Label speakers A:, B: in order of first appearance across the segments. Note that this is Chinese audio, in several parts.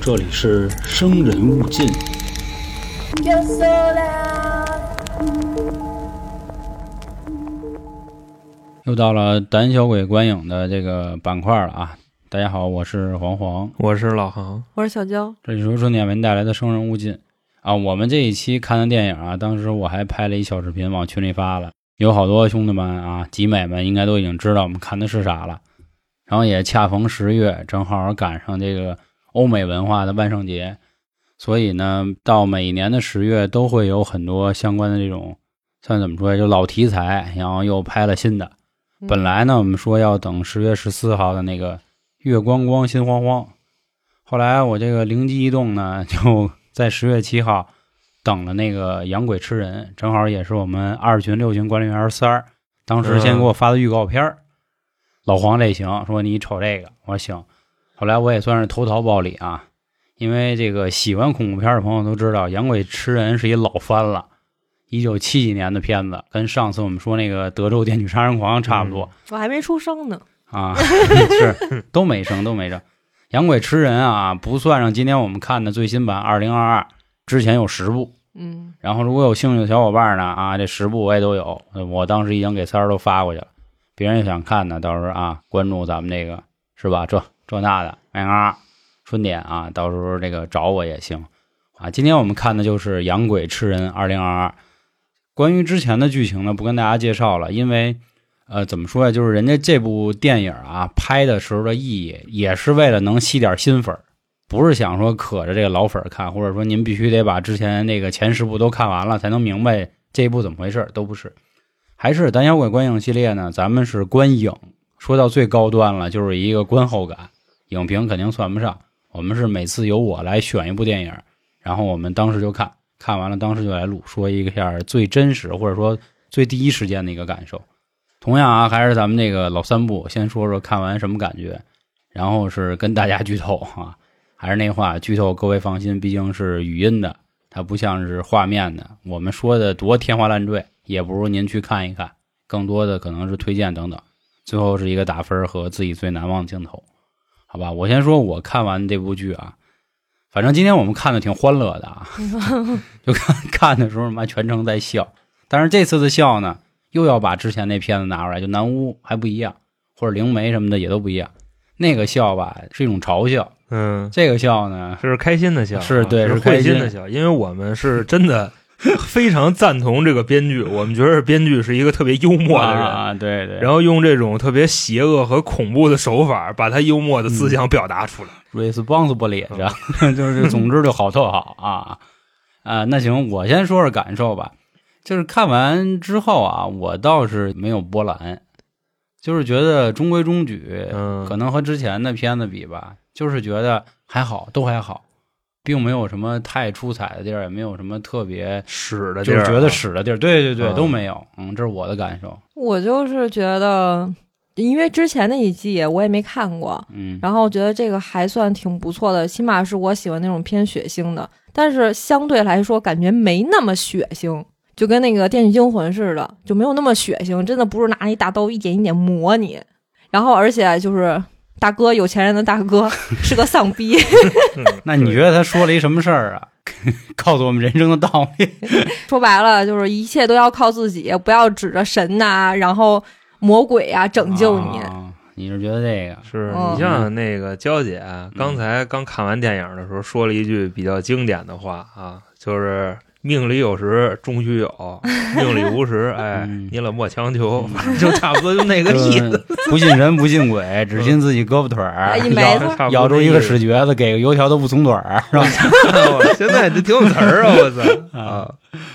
A: 这里是《生人勿进》。
B: Yo sola,
A: 又到了胆小鬼观影的这个板块了啊！大家好，我是黄黄，
C: 我是老航，
D: 我是小娇，
A: 这里是由春点为您带来的《生人勿进》啊。我们这一期看的电影啊，当时我还拍了一小视频往群里发了，有好多兄弟们啊、集美们应该都已经知道我们看的是啥了。然后也恰逢十月，正好赶上这个欧美文化的万圣节，所以呢，到每年的十月都会有很多相关的这种，算怎么说呀，就老题材，然后又拍了新的。
D: 嗯
A: 本来呢，我们说要等十月十四号的那个《月光光心慌慌》，后来我这个灵机一动呢，就 在十月七号等了那个《养鬼吃人》，正好也是我们二群六群管理员三儿，当时先给我发的预告片儿。老黄这行，说你瞅这个，我说行。后来我也算是投桃报李啊，因为这个喜欢恐怖片的朋友都知道，《养鬼吃人》是一老番了，一九七几年的片子，跟上次我们说那个《德州电锯杀人狂》差不多。
D: 我还没出生呢。
A: 啊， 是都没生，都没生。养鬼吃人啊，不算上今天我们看的最新版二零二二，之前有十部。
D: 嗯，
A: 然后如果有兴趣的小伙伴呢，啊，这十部我也都有，呃我当时已经给三儿都发过去了。别人想看呢，到时候啊，关注咱们这个是吧？这这那的，哎呀，春点啊，到时候这个找我也行啊。今天我们看的就是《养鬼吃人》二零二二。关于之前的剧情呢，不跟大家介绍了，因为呃，怎么说呀？就是人家这部电影啊，拍的时候的意义也是为了能吸点新粉儿，不是想说可着这个老粉儿看，或者说您必须得把之前那个前十部都看完了才能明白这一部怎么回事儿，都不是。还是胆小鬼观影系列呢，咱们是观影，说到最高端了，就是一个观后感，影评肯定算不上。我们是每次由我来选一部电影，然后我们当时就看，看完了当时就来录，说一下最真实或者说最第一时间的一个感受。同样啊，还是咱们这个老三部，先说说看完什么感觉，然后是跟大家剧透啊，还是那话，剧透各位放心，毕竟是语音的，它不像是画面的，我们说的多天花乱坠，也不如您去看一看，更多的可能是推荐等等，最后是一个打分和自己最难忘的镜头，好吧，我先说我看完这部剧啊，反正今天我们看的挺欢乐的啊，就看看的时候，妈全程在笑。但是这次的笑呢，又要把之前那片子拿出来，就南屋还不一样，或者灵媒什么的也都不一样。那个笑吧是一种嘲笑，
C: 嗯，
A: 这个笑呢，
C: 这是开心的笑，啊
A: 是对
C: 是
A: 是开
C: 会
A: 心
C: 心的笑，因为我们是真的非常赞同这个编 剧，我们觉得编剧是一个特别幽默的人，
A: 啊，对对，
C: 然后用这种特别邪恶和恐怖的手法，把他幽默的
A: 嗯
C: 思想表达出来。
A: responsible 也着， 就是总之就好特好啊啊！那行，我先说说感受吧。就是看完之后啊，我倒是没有波澜，就是觉得中规中矩，
C: 嗯
A: 可能和之前的片子比吧，就是觉得还好，都还好，并没有什么太出彩的地儿，也没有什么特别
C: 屎的
A: 就
C: 地儿
A: 是
C: 啊，
A: 觉得屎的地儿，对对对，
C: 嗯
A: 都没有。嗯，这是我的感受。
D: 我就是觉得，因为之前那一季我也没看过，
A: 嗯，
D: 然后觉得这个还算挺不错的，起码是我喜欢那种偏血腥的，但是相对来说感觉没那么血腥。就跟那个《电锯惊魂》似的，就没有那么血腥，真的不是拿一大刀一点一点磨你。然后，而且就是大哥，有钱人的大哥 是个丧逼，
C: 嗯
A: 那你觉得他说了一什么事儿啊？ 告诉我们人生的道理。
D: 说白了就是一切都要靠自己，不要指着神呐、然后魔鬼啊拯救你。
A: 啊你是觉得这个？
C: 是
D: 嗯
C: 你像那个娇姐啊
A: 嗯
C: 刚才刚看完电影的时候说了一句比较经典的话啊，就是命里有时终须有，命里无时，哎
A: 嗯，
C: 你冷漠强求，就差不多就那个意思，
A: 思， 不信神不信鬼，只信自己胳膊腿儿
D: 哎，没错
C: 差不多
A: 咬住一个
C: 时
A: 屎橛子，给个油条都不松腿 儿，是吧？
C: 间。 我现在这挺有词儿啊，我操
A: 啊嗯
C: 啊！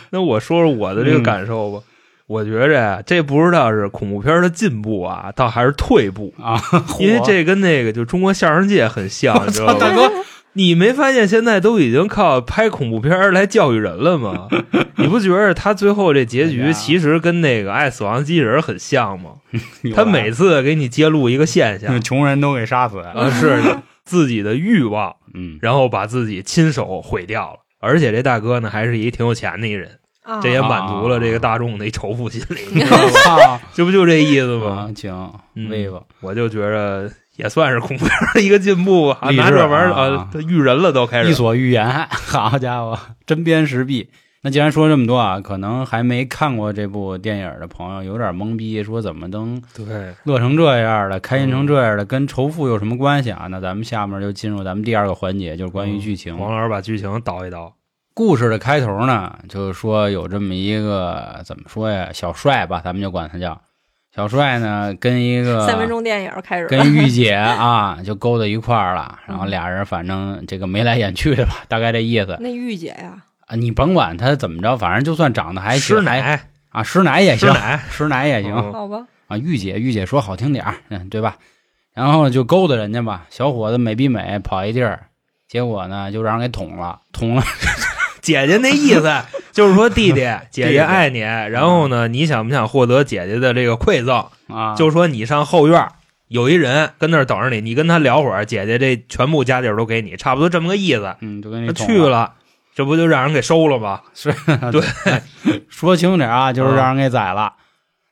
C: 那我说说我的这个感受吧。我觉着呀，这不知道是恐怖片的进步啊，倒还是退步。
A: 啊，
C: 因为
A: 火
C: 这跟那个就中国相声界很 像，你知道吗？
A: 大哥，
C: 你没发现现在都已经靠拍恐怖片儿来教育人了 吗？你不觉得他最后这结
A: 哎呀
C: 局其实跟那个《爱死亡机器人》很像吗？
A: 有啊嗯
C: 他
A: 吧，
C: 每次给你揭露一个现象
A: 穷人都给杀死，
C: 啊，是自己的欲望，
A: 嗯，
C: 然后把自己亲手毁掉了。而且这大哥呢，还是一挺有钱的一人，
D: 啊
C: 这也满足了这个大众的一仇
A: 嗯
C: 富心理，你知道吗
A: 操
C: 这不就这意思吗？
A: 啊，行，
C: 嗯
A: 威风，
C: 我就觉着也算是恐怖片儿的一个进步吧。
A: 励志
C: 拿这玩意儿
A: 啊
C: 啊，育人了都开
A: 伊
C: 始。
A: 索寓言， 好家伙，针砭时弊。那既然说这么多啊，可能还没看过这部电影的朋友有点懵逼，说怎么能
C: 对，
A: 乐成这样了，开心
C: 嗯
A: 成这样了，跟仇富有什么关系啊？那咱们下面就进入咱们第二个环节，就是关于剧情。
C: 嗯黄老师把剧情倒一倒。
A: 故事的开头呢，就是说有这么一个怎么说呀，小帅吧，咱们就管他叫小帅呢，跟一个
D: 三分钟电影开始，
A: 呃跟玉姐啊就勾搭一块儿了，然后
D: 嗯
A: 俩人反正这个眉来眼去的吧，大概这意思。
D: 那御姐呀，
A: 啊你甭管他怎么着，反正就算长得还哎行
C: 吃奶，
A: 啊，师奶也
C: 吃
A: 行，
C: 奶，
A: 师奶也行、
C: 嗯
D: 好吧，
A: 啊。玉姐，玉姐说好听点儿，嗯，对吧？然后就勾搭人家吧，小伙子美比美跑一地儿，结果呢就让人给捅了，捅了
C: 姐姐那意思就是说，弟弟，姐
A: 弟弟
C: 姐爱你，然后呢，你想不想获得姐姐的这个馈赠？
A: 啊，
C: 就说你上后院儿有一人跟那儿等着你，你跟他聊会儿，姐姐这全部家底儿都给你，差不多这么个意思。
A: 嗯就给你
C: 那
A: 捅
C: 去了，这不就让人给收了吗？
A: 说轻点啊，就是让人给宰了。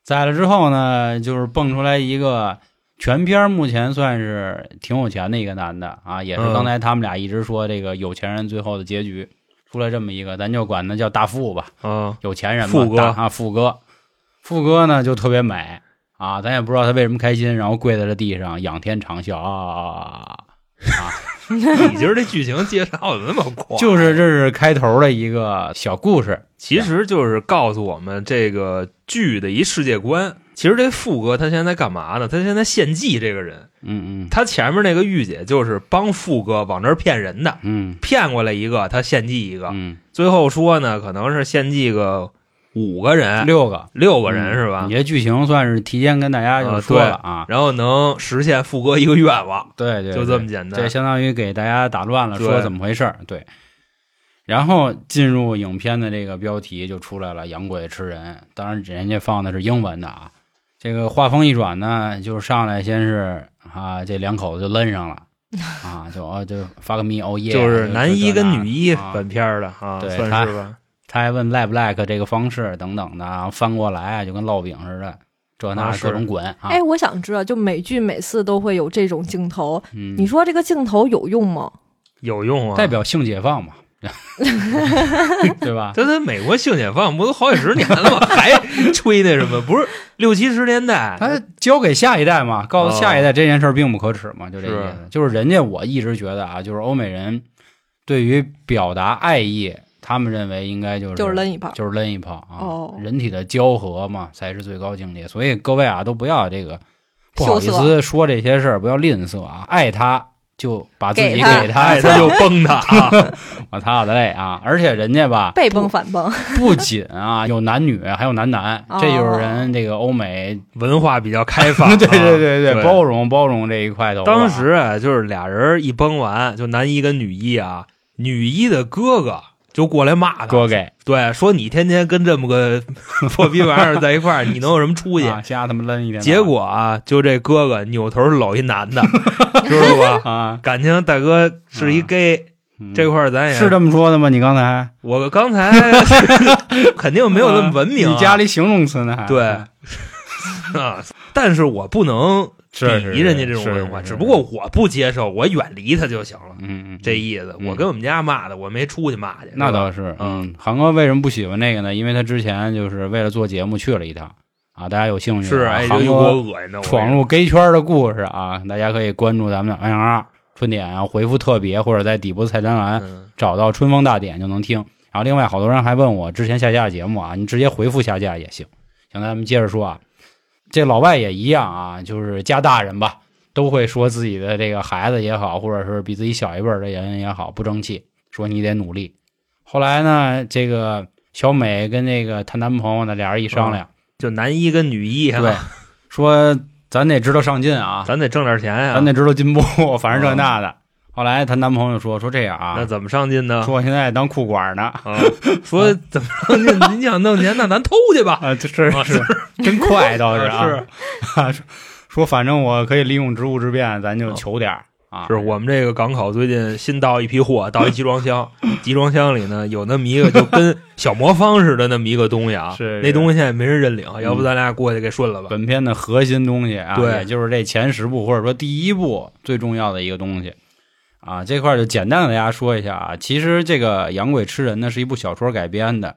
A: 宰了之后呢，就是蹦出来一个全片儿目前算是挺有钱的一个男的啊，也是
C: 嗯
A: 刚才他们俩一直说这个有钱人最后的结局，出来这么一个，咱就管他叫大富吧，
C: 嗯，
A: 有钱人嘛，
C: 富哥
A: 大啊，富哥，富哥呢就特别美啊，咱也不知道他为什么开心，然后跪在了地上仰天长啸啊，
C: 你今儿这剧情介绍的那么广，
A: 就是这是开头的一个小故事，
C: 其实就是告诉我们这个剧的一世界观。其实这富哥他现在干嘛呢？他现在献祭这个人，
A: 嗯嗯
C: 他前面那个御姐就是帮富哥往这儿骗人的，
A: 嗯
C: 骗过来一个，他献祭一个，
A: 嗯，
C: 最后说呢，可能是献祭个五个人、
A: 六个。
C: 六个人哎是吧
A: 你？这剧情算是提前跟大家就说了啊，
C: 然后能实现富哥一个愿望，
A: 对对，
C: 就这么简
A: 对，这
C: 单。
A: 相当于给大家打乱了，
C: 对
A: 说怎么回事儿，对。然后进入影片的这个标题就出来了，“洋鬼吃人”，当然人家放的是英文的啊。这个话锋一转呢，就上来先是啊，这两口子就抡 上了啊，就啊就发个咪哦耶，
C: 就是男一跟女一
A: 就这那的啊
C: 本片儿的啊，
A: 对
C: 算是吧。
A: 他还问 like 不 like 这个方式等等的，然后翻过来啊就跟烙饼似的，这那
C: 啊
A: 各
C: 是
A: 种滚啊。
D: 哎，我想知道，就美剧每次都会有这种镜头，
A: 嗯
D: 你说这个镜头有用吗？
C: 有用啊，
A: 代表性解 放嘛，对吧？
C: 他在美国性解放不都好几十年了吗？ 还吹那什么？不是六七十年代，
A: 他交给下一代嘛，告诉
C: 哦
A: 下一代这件事儿并不可耻嘛，就这
C: 是
A: 意思。就是人家我一直觉得啊，就是欧美人对于表达爱意，他们认为应该就是
D: 就是抡一炮，
A: 就是抡一炮啊，
D: 哦
A: 人体的交合嘛才是最高境界。所以各位啊，都不要这个不好意
D: 羞
A: 思说这些事儿，不要吝啬啊，爱他就把自己
D: 给他
A: 给
C: 哎，他就崩他啊！
A: 我操的嘞啊！而且人家吧，
D: 被崩反崩，
A: 不嗯仅啊有男女，还有男男，
D: 哦
A: 这就是人这个欧美，
C: 文化比较开放啊
A: 对对对
C: 对
A: 包容包容这一块头发。
C: 当时啊，就是俩人一崩完，就男一跟女一啊，女一的哥哥就过来骂他，
A: 哥给
C: 对，说你天天跟这么个 破逼玩意儿在一块儿，你能有什么 出息？
A: 啊，瞎他妈抡一点脑，
C: 结果啊，就这哥哥扭头搂一男的， 知道吧？
A: 啊，
C: 感情大哥是一 gay，、
A: 嗯
C: 这块儿咱也
A: 是这么说的吗？你刚才
C: 我刚 才肯定没有那么文明、
A: 嗯
C: 啊，
A: 你家里啊形容词呢？还
C: 对， 啊，但是我不能
A: 是是
C: 鄙夷人家这种文化，
A: 是是是
C: 只不过我不接受，我远离他就行了。
A: 嗯嗯，
C: 这意思，
A: 嗯
C: 我跟我们家骂的，我没出去骂去。
A: 那
C: 是吧
A: 倒是，
C: 嗯，
A: 韩哥为什么不喜欢这个呢？因为他之前就是为了做节目去了一趟啊，大家有兴趣
C: 是，
A: 啊
C: 哎，就
A: 韩
C: 给我
A: 哥
C: 恶心的，我
A: 闯入 gay 圈的故事啊，大家可以关注咱们的 N R 春点啊，回复特别或者在底部菜单栏
C: 这个。嗯
A: 找到《春风大典》就能听。然后另外好多人还问我之前下架节目啊，你直接回复下架也行。行，咱们接着说啊，这老外也一样啊，就是家大人吧，都会说自己的这个孩子也好，或者是比自己小一辈儿的人也好，不争气，说你得努力。后来呢，这个小美跟那个她男朋友呢，俩人一商量，
C: 就男一跟女一啊，
A: 对，说咱得知道上进啊，
C: 咱得挣点钱呀。
A: 咱得知道进步，反正这那的。后来她男朋友说说这样
C: 那
A: 啊，
C: 怎么上进呢
A: 说？我现在当裤管呢。
C: 啊，说怎么上进？你想弄钱，那咱偷去吧。
A: 啊，这是
C: 啊
A: 是真快倒是
C: 啊
A: 啊，说说反正我可以利用职务之便，咱就
C: 哦
A: 求点儿啊，
C: 是我们这个港口最近新到一批货，到一集 装箱，集装箱里呢有那么一个就跟小魔方似的那么一个东西啊，
A: 是嗯
C: 那东西现在没人认领，要不咱俩过去给顺了吧？
A: 本片的核心东西啊，
C: 对
A: 也就是这前十部或者说第一部最重要的一个东西啊，这块儿就简单给大家说一下啊。其实这个《养鬼吃人》呢是一部小说改编的，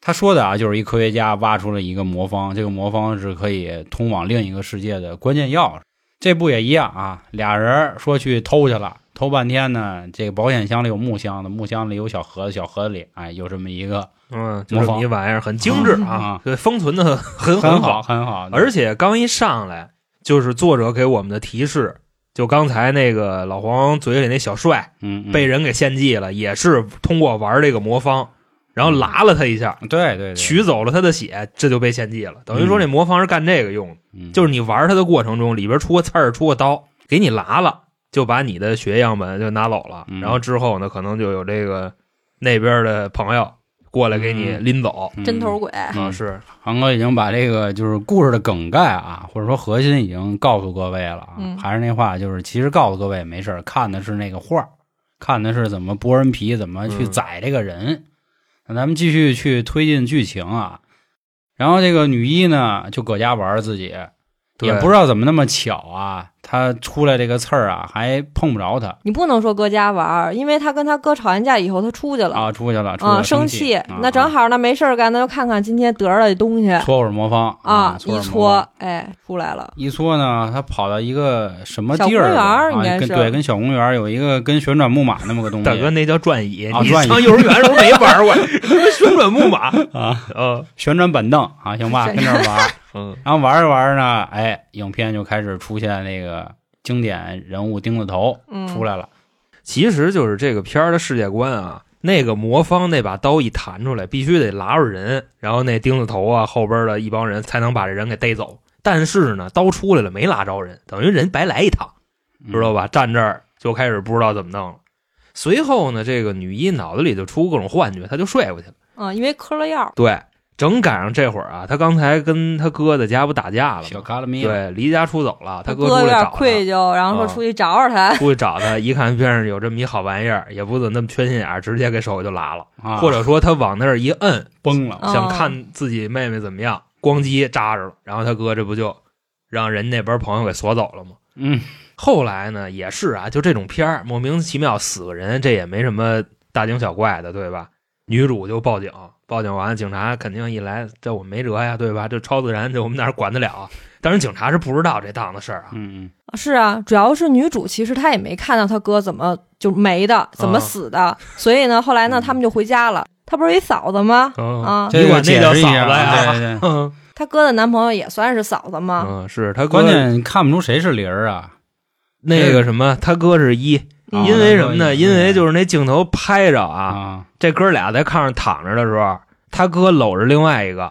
A: 他说的啊就是一科学家挖出了一个魔方，这个魔方是可以通往另一个世界的关键钥匙。这部也一样啊，俩人说去偷去了，偷半天呢，这个保险箱里有木箱子，木箱里有小盒子，小盒子里哎有这么一个
C: 嗯，就这么一玩意儿，很精致
A: 嗯，
C: 啊对，封存的很
A: 很
C: 好，
A: 很好，嗯
C: 而且刚一上来就是作者给我们的提示。就刚才那个老黄嘴里那小帅
A: 嗯嗯
C: 被人给献祭了，也是通过玩这个魔方，然后拉了他一下，
A: 对对嗯对
C: 取走了他的血，这就被献祭了。等于说这魔方是干这个用的，
A: 嗯
C: 就是你玩它的过程中，里边出个刺儿、出个刀，给你剌了，就把你的血样本就拿走了。
A: 嗯
C: 然后之后呢，可能就有这个那边的朋友过来给你拎走。
A: 嗯
D: 针头鬼，
A: 嗯
C: 啊，是，
A: 航哥已经把这个就是故事的梗概啊，或者说核心已经告诉各位了啊。
D: 嗯
A: 还是那话，就是其实告诉各位没事儿，看的是那个画儿，看的是怎么剥人皮，怎么去
C: 嗯
A: 宰这个人。那咱们继续去推进剧情啊。然后这个女一呢，就搁家玩儿自己，
C: 对
A: 也不知道怎么那么巧啊，她出来这个刺儿啊，还碰不着她
D: 你不能说搁家玩儿，因为他跟他哥吵完架以后，他出去了
A: 啊，出去了，出去
D: 啊
A: 了
D: 生
A: 气
D: 气，。
A: 啊
D: 那正好，那没事儿干，那就看看今天得了的东西
A: 搓会儿魔方
D: 啊，
A: 搓会
D: 一
A: 儿魔方
D: 搓，哎，出来了，
A: 一搓呢，他跑到一个什么地儿了
D: 小公园儿应该
A: 啊、跟
D: 是
A: 对，跟小公园儿有一个跟旋转木马那么个东西。
C: 大哥那叫转椅，
A: 啊
C: 你
A: 转椅
C: 上幼儿园时候没 玩过 旋转木马
A: 啊，
C: 啊，
A: 旋转板凳啊，行吧，
D: 旋
A: 跟这儿玩儿，
C: 嗯，
A: 然后玩着玩着呢，哎，影片就开始出现那个经典人物钉子头
D: 嗯，
A: 出来了，
C: 其实就是这个片儿的世界观啊。那个魔方那把刀一弹出来，必须得拉住人，然后那钉子头啊后边的一帮人才能把这人给逮走。但是呢，刀出来了没拉着人，等于人白来一趟，
A: 嗯
C: 知道？吧？站这儿就开始不知道怎么弄了。随后呢，这个女一脑子里就出各种幻觉，她就睡过去了。
D: 嗯，因为嗑了药，
C: 对，正赶上这会儿啊，她刚才跟她哥在家不打架了
A: 小
C: 吗？
A: 卡拉米，
C: 对，离家出走了，她
D: 哥
C: 哥出
D: 有
C: 来
D: 点
C: 找她。
D: 愧疚，然后说
C: 啊
D: 出去找找他，
C: 出去找他，一看边上有这么一好玩意儿，也不怎么那么缺心眼儿，直接给手就拉了，
A: 啊，
C: 或者说他往那儿一摁，
A: 崩了，
D: 啊
C: 想看自己妹妹怎么样，咣叽扎着了，然后他哥这不就让人那边朋友给锁走了吗？
A: 嗯，
C: 后来呢，也是啊，就这种片儿莫名其妙死个人，这也没什么大惊小怪的，对吧？女主就报警，报警完了，警察肯定一来，这我们没辙呀，对吧？这超自然，这我们哪管得了啊？当然，警察是不知道这档子事儿啊，
A: 嗯
D: 是啊，主要是女主其实她也没看到她哥怎么就没的，怎么死的，所以呢，后来呢，他们就回家了。她不是有一嫂子吗？
C: 嗯
D: 啊，
A: 哦这
C: 你
A: 个
C: 管那
A: 解
C: 叫
A: 释一
C: 嫂子
A: 下啊，对
C: 呀？
A: 对对，
C: 嗯，
D: 她哥的男朋友也算是嫂子吗？
C: 嗯，是他哥
A: 关键看不出谁是零儿啊，
C: 那个什么，他哥是一，
D: 嗯
C: 因为什么呢？
A: 嗯
C: 因为就是那镜头拍着啊，
A: 啊，
C: 这哥俩在炕上躺着的时候，他哥搂着另外一个，
D: 啊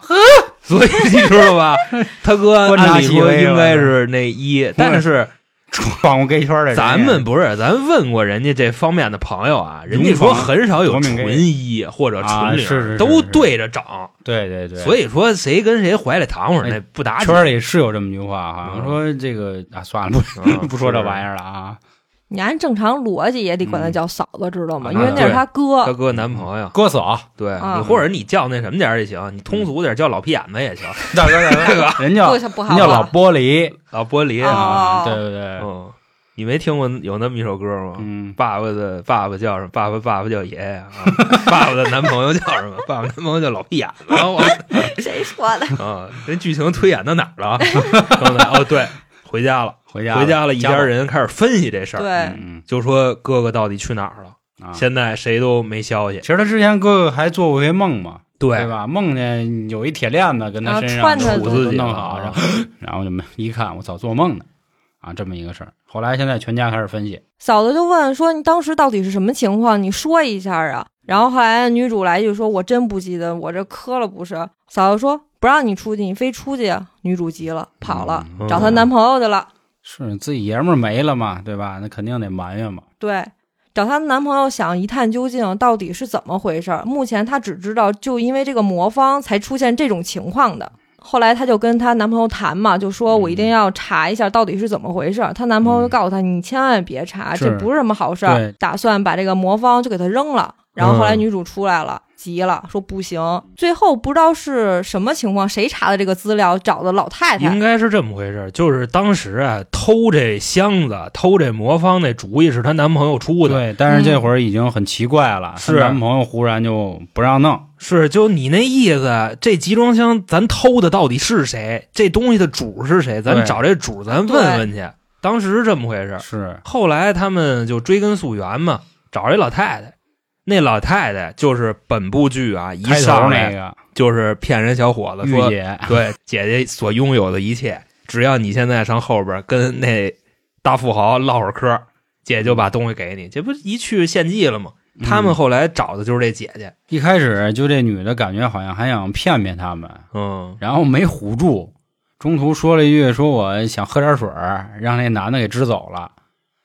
C: 所以你知道 吧？他哥
A: 观察
C: 按理
A: 细
C: 说
A: 微
C: 应该
A: 了
C: 是那一，但是
A: 闯过 gay 圈的人，
C: 咱们不是，咱问过人家这方面的朋友啊，人家
A: 勇闯
C: 说很少有
A: 国民 gay
C: 纯一或者
A: 啊
C: 纯零，
A: 是是是
C: 都
A: 是
C: 对着整，
A: 对对对，
C: 所以说谁跟谁怀里躺会儿
A: 哎
C: 那不打紧
A: 圈儿里是有这么句话，好像
C: 嗯
A: 说这个啊，算了，不
C: 嗯
A: 不说这
C: 是
A: 玩意儿了啊。
D: 你按正常逻辑也得管她
A: 嗯
D: 叫嫂子，知道吗？
C: 啊
D: 因为那是她
C: 他
D: 哥。
C: 哥男朋友。
A: 哥嫂，
C: 对
D: 啊
C: 你，或者你叫那什么点儿也行，你通俗点儿叫老屁眼子也行，
A: 大哥大哥， 人叫
D: 不不
A: 人
D: 好
A: 叫老
D: 吧？
A: 玻璃
C: 老玻璃。
D: 啊哦
A: 对对对，
C: 嗯，你没听过有那么一首歌吗？
A: 嗯，
C: 爸爸的爸爸叫什么？爸爸爸爸叫爷爷啊！ 爸爸的男朋友叫什么？ 爸爸男朋友叫老屁眼子。啊我
D: 谁说 的？
C: 啊，这剧情推演到哪儿了啊？ 刚才哦，对，回家了，
A: 回家
C: 回家了，一家
A: 宝，
C: 人开始分析这事儿，
D: 对，
A: 嗯，
C: 就说哥哥到底去哪儿了？
A: 嗯啊
C: 现在谁都没消息
A: 其。实他之前哥哥还做过一回梦嘛，对
C: 对，
A: 吧？梦见有一铁链子跟他
D: 然后
A: 身
D: 啊串
A: 上
D: 他
A: 杵
D: 走
A: 自己
C: 了
A: 弄好，然后
D: 哦
A: 然后就没一看，我操，做梦呢啊，这么一个事儿。后来现在全家开始分析，
D: 嫂子就问说：“你当时到底是什么情况？你说一下啊。”然后后来女主来一句说：“我真不记得，我这磕了不是。”嫂子说：“不让你出去，你非出去。”啊女主急了，跑了，
A: 嗯
D: 找她男朋友去了。
A: 是自己爷们儿没了嘛，对吧？那肯定得埋怨嘛。
D: 对，找她男朋友想一探究竟，到底是怎么回事儿。目前她只知道，就因为这个魔方才出现这种情况的。后来她就跟她男朋友谈嘛，就说我一
A: 嗯
D: 定要查一下到底是怎么回事。她男朋友就告诉她，你千万别查，
A: 是
D: 这不是什么好事
A: 对嗯
D: 儿。打算把这个魔方就给她扔了。然后后来女主出来了，急了，说不行。最后不知道是什么情况，谁查的这个资料，找的老太
C: 应
A: 嗯
D: 太。
C: 该是这么回事儿，就是当时啊，偷这箱子、偷这魔方那主意是她男朋友出的，
A: 对，但
D: 嗯
A: 是这会儿已经很奇怪了，
C: 是
A: 她男朋友忽然就不让弄，
C: 是就你那意思，这集装箱咱偷的到底是谁？这东西的主是谁？咱
A: 对
C: 找这主，咱问问去。当时是这么回事儿，
A: 是
C: 后来他们就追根溯源嘛，找一老太太。那老太太就是本部剧啊，一
A: 开头那
C: 上来
A: 个
C: 就是骗人小伙子
A: 御
C: 说，
A: 姐，
C: 对姐姐所拥有的一切，只要你现在上后边跟那大富豪唠会儿嗑，姐就把东西给你。这不一去献祭了吗？他们
A: 嗯
C: 后来找的就是这姐姐，
A: 一开始就这女的感觉好像还想骗骗他们，
C: 嗯，
A: 然后没唬住，中途说了一句说我想喝点水儿，让那男的给支走了。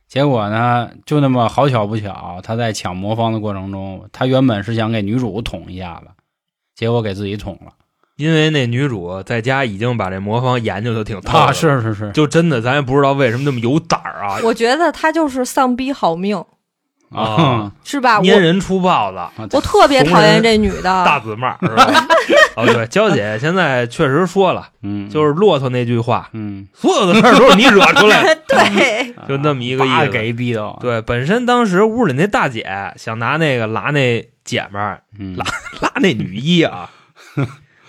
A: 结果呢，就那么好巧不巧，他在抢魔方的过程中，他原本是想给女主捅一下子，结果给自己捅了。
C: 因为那女主在家已经把这魔方研究的挺透
A: 啊，
C: 了
A: 是是是，
C: 哦就真的咱也不知道为什么那么有胆儿啊
D: 我觉得她就是丧逼好命，
C: 嗯
A: 啊，
D: 是吧？
C: 粘
D: 我
C: 人出豹子。
D: 我特别讨厌这女
C: 大
D: 的，
C: 姊妹儿是 吧？哦，对，娇姐现在确实说了，
A: 嗯，
C: 就是骆驼那句话，
A: 嗯，
C: 所有的事儿都是你惹 出来的，
D: 对，
C: 就那么一个意
A: 把
C: 思。
A: 给逼的，
C: 对，本身当时屋里那大姐想拿那个拉那姐们儿，
A: 嗯
C: 拉拉那女一 啊，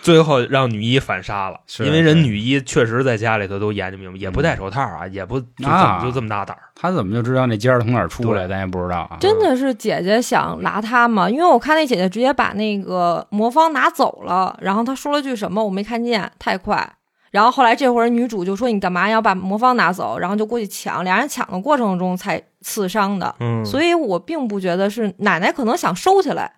C: 最后让女一反杀了，
A: 是
C: 因为人
A: 是
C: 女一确实在家里头都研究明白，也不戴手套啊，也不就这么
A: 啊
C: 就这么大胆儿，
A: 他怎么就知道那尖儿从哪儿出来？
C: 对
A: 咱也不知道啊。
D: 真的是姐姐想拉他吗？因为我看那姐姐直接把那个魔方拿走了，然后她说了句什么我没看见，太快。然后后来这会儿女主就说你干嘛要把魔方拿走？然后就过去抢，俩人抢的过程中才刺伤的。
C: 嗯，
D: 所以我并不觉得是奶奶可能想收起来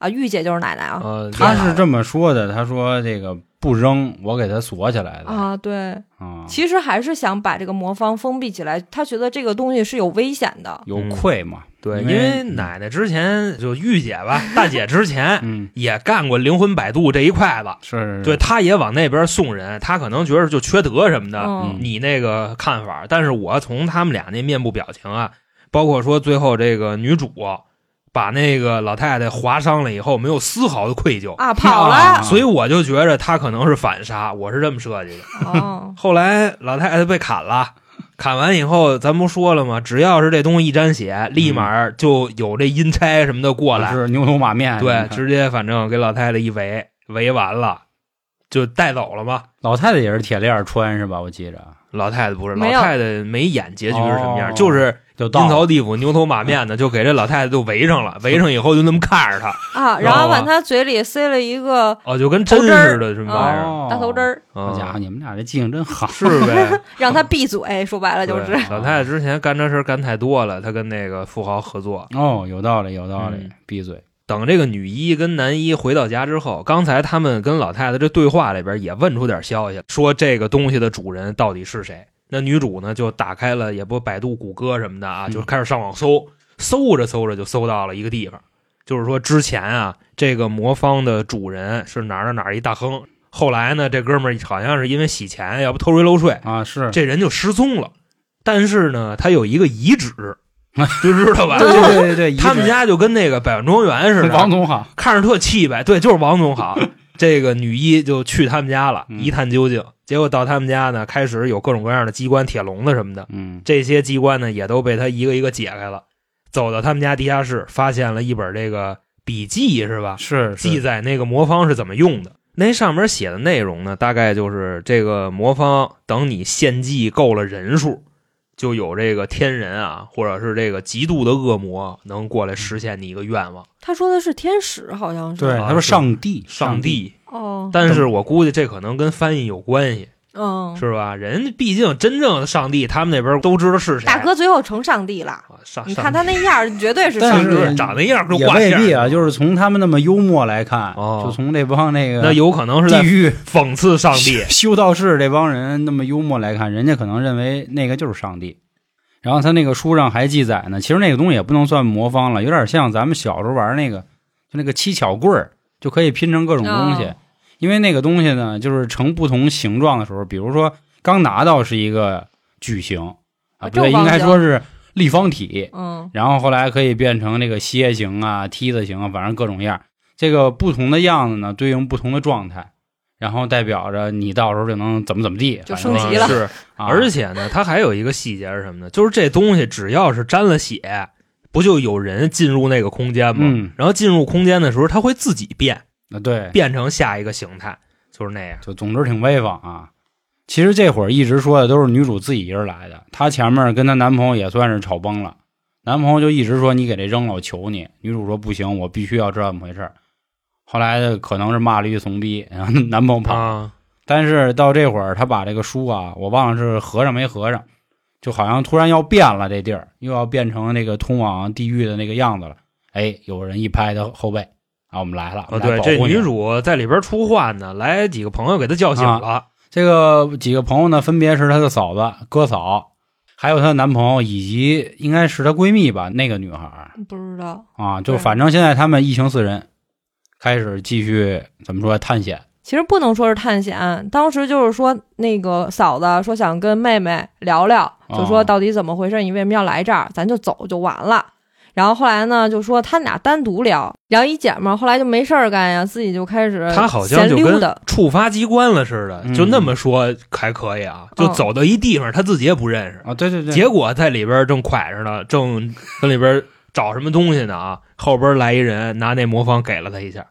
D: 啊，玉姐就是奶奶啊
C: 呃，
A: 他是这么说的，他说这个不扔，我给他锁起来的
D: 啊，对，
A: 啊
D: 其实还是想把这个魔方封闭起来，她觉得这个东西是有危险的。
A: 有愧嘛？
C: 对，因
A: 嗯因
C: 为
A: 嗯
C: 奶奶之前就玉姐 吧，大姐之前
A: 嗯，
C: 也干过灵魂摆渡这一块子，
A: 是是是
C: 对，她也往那边送人，她可能觉得就缺德什么的，
A: 哦
D: 嗯，
C: 你那个看法，但是我从他们俩那面部表情啊，包括说最后这个女主把那个老太太划伤了以后，没有丝毫的愧疚，
D: 啊，跑
A: 啊
D: 了
C: 所以我就觉着她可能是反杀，我是这么设计的。
D: 哦，
C: 后来老太太被砍了，砍完以后，咱不说了吗？只要是这东西一沾血，立马就有这阴差什么的过来，
A: 是牛头马面。
C: 对，
A: 你看
C: 直接反正给老太太一围，围完了就带走了嘛。
A: 老太太也是铁链儿穿是吧？我记着
C: 老太太不是，老
D: 没有
C: 太太没演结局是什么样，
A: 哦
C: 就是
A: 就到
C: 阴曹地府牛头马面的，就给这老太太就围上
A: 嗯
C: 了，围上以后就那么看着她，
D: 啊，
C: 知道
D: 然后
C: 吗
D: 往他嘴里塞了一个
C: 哦，就跟真似的什么玩意儿，
A: 哦
D: 大头针儿，
A: 好家伙，
C: 嗯
A: 你们俩这记性真好。
C: 是呗？
D: 让他闭嘴。说白了就是
C: 对老太太之前干这事儿干太多了，她跟那个富豪合作。
A: 哦，有道理，有道理
C: 嗯，
A: 闭嘴。
C: 等这个女一跟男一回到家之后，刚才他们跟老太太这对话里边也问出点消息，说这个东西的主人到底是谁。那女主呢就打开了也不百度、谷歌什么的啊，
A: 嗯
C: 就开始上网搜，搜着搜着就搜到了一个地方，就是说之前啊这个魔方的主人是哪儿哪儿哪儿一大亨，后来呢这哥们儿好像是因为洗钱，要不偷税漏税，
A: 啊，是
C: 这人就失踪了。但是呢，他有一个遗址， 就知道吧？
A: 对对对对 对，
C: 他们家就跟那个百万庄园似的，
A: 王总好，
C: 看着特气派，对，就是王 总好。这个女一就去他们家了，
A: 嗯
C: 一探究竟。结果到他们家呢，开始有各种各样的机关、铁笼子什么的，
A: 嗯，
C: 这些机关呢也都被他一个一个解开了。走到他们家地下室，发现了一本这个笔记，是吧？
A: 是
C: 记载那个魔方是怎么用的。那上面写的内容呢，大概就是这个魔方，等你献祭够了人数，就有这个天人啊，或者是这个极度的恶魔能过来实现你一个愿望。
D: 他说的是天使，好像是
A: 对，
C: 啊
A: 他说
C: 是
A: 上帝，
C: 上
A: 上
C: 帝，
D: 哦，
C: 但是我估计这可能跟翻译有关系，
D: 嗯，
C: 是吧？人家毕竟真正的上帝，他们那边都知道是谁。
D: 大哥最后成上帝了。
C: 啊，上
D: 你
C: 上
D: 看他那样儿，绝对是
A: 但
D: 上
C: 上
A: 是
D: 帝。
C: 帝长那样就
A: 也
C: 挂
A: 未
C: 线
A: 必
C: 儿
A: 啊，就是从他们那么幽默来看，
C: 哦
A: 就从这帮那
C: 那
A: 个
C: 有可能是
A: 地
C: 在
A: 狱。
C: 讽刺上帝
A: 修道士这帮人那么幽默来看，人家可能认为那个就是上帝。然后他那个书上还记载呢，其实那个东西也不能算魔方了，有点像咱们小时候玩那个，就那个七巧棍儿，就可以拼成各种东西。
D: 哦
A: 因为那个东西呢，就是呈不同形状的时候，比如说刚拿到是一个矩形啊，
D: 啊
A: 不对，
D: 正方
A: 应该
D: 形
A: 说是立方体，
D: 嗯，
A: 然后后来可以变成这个楔形啊、梯子形啊，反正各种样儿。这个不同的样子呢，对应不同的状态，然后代表着你到时候就能怎么怎么地，
D: 就
A: 反
D: 升
A: 正
D: 级了
A: 是
C: 是，
A: 啊、
C: 而且呢，它还有一个细节是什么呢？就是这东西只要是沾了血，不就有人进入那个空间吗？
A: 嗯
C: 然后进入空间的时候，它会自己变，
A: 啊，对，
C: 变成下一个形态，就是那样。
A: 就总之挺威风啊。其实这会儿一直说的都是女主自己一人来的，她前面跟她男朋友也算是吵崩了，男朋友就一直说你给这扔了，我求你。女主说不行，我必须要知道怎么回事儿。后来可能是骂了一句怂逼，然后男朋友跑了
C: 啊，
A: 但是到这会儿，他把这个书啊，我忘了是合上没合上，就好像突然要变了，这地儿又要变成那个通往地狱的那个样子了。哎，有人一拍他后背，啊，我们来了，我
C: 哦，
A: 们来
C: 对，
A: 保
C: 这
A: 护你
C: 女主在里边出幻呢，来几个朋友给她叫醒
A: 啊
C: 了。
A: 这个几个朋友呢，分别是她的嫂子哥嫂，还有她的男朋友，以及应该是她闺蜜吧，那个女孩儿
D: 不知道。
A: 啊，就
D: 对
A: 反正现在他们一行四人开始继续怎么说探险，
D: 其实不能说是探险，当时就是说那个嫂子说想跟妹妹聊聊，
A: 哦
D: 就说到底怎么回事，你为什么要来这儿，咱就走就完了。然后后来呢，就说他们俩单独聊，然后一姐们儿后来就没事儿干呀，自己就开始
C: 她好像
D: 闲
C: 就
D: 溜
C: 跟
D: 达，
C: 触发机关了似的，
A: 嗯
C: 就那么说还可以啊，就
D: 嗯
C: 走到一地方，她自己也不认识。
A: 啊，对对对，
C: 结果在里边正快着呢，正跟里边找什么东西呢啊， 后边来一人拿那魔方给了他一下，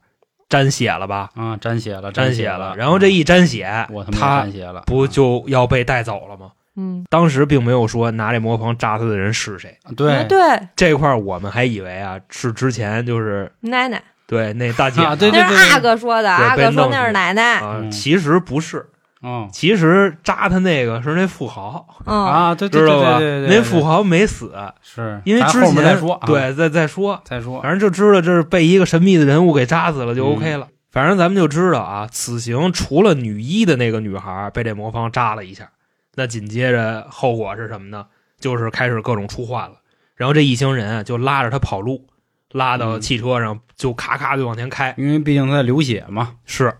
C: 沾血了吧？
A: 啊沾血了，
C: 沾
A: 血
C: 血了。然后这一沾血，
A: 我他妈
C: 他
A: 沾血了，
C: 不就要被带走了吗？
D: 嗯，
C: 当时并没有说拿这魔方扎他的人是谁，
A: 啊对
D: 啊对，
C: 这块儿我们还以为啊是之前就是
D: 奶奶，
C: 对那大姐
A: 啊对对
D: 那是阿哥说的，
C: 对
D: 阿哥
C: 被
D: 说
C: 弄
D: 那是
C: 死
D: 奶奶，
C: 啊
A: 嗯
C: 其实不是，
A: 嗯
C: 其实扎他那个是那富豪，
D: 嗯，
A: 啊，对对
C: 知
A: 对
C: 道吧？
A: 对对对，
C: 那富豪没死，
A: 是
C: 因为
A: 咱
C: 之
A: 后面
C: 前
A: 再说，啊，
C: 对，再再说，
A: 再说，
C: 反正就知道这是被一个神秘的人物给扎死了，就
A: 嗯
C: OK 了。反正咱们就知道啊，此行除了女一的那个女孩被这魔方扎了一下，那紧接着后果是什么呢？就是开始各种出幻了。然后这一行人啊就拉着她跑路，拉到
A: 嗯
C: 汽车上就咔咔就往前开，
A: 因为毕竟他流血嘛，
C: 是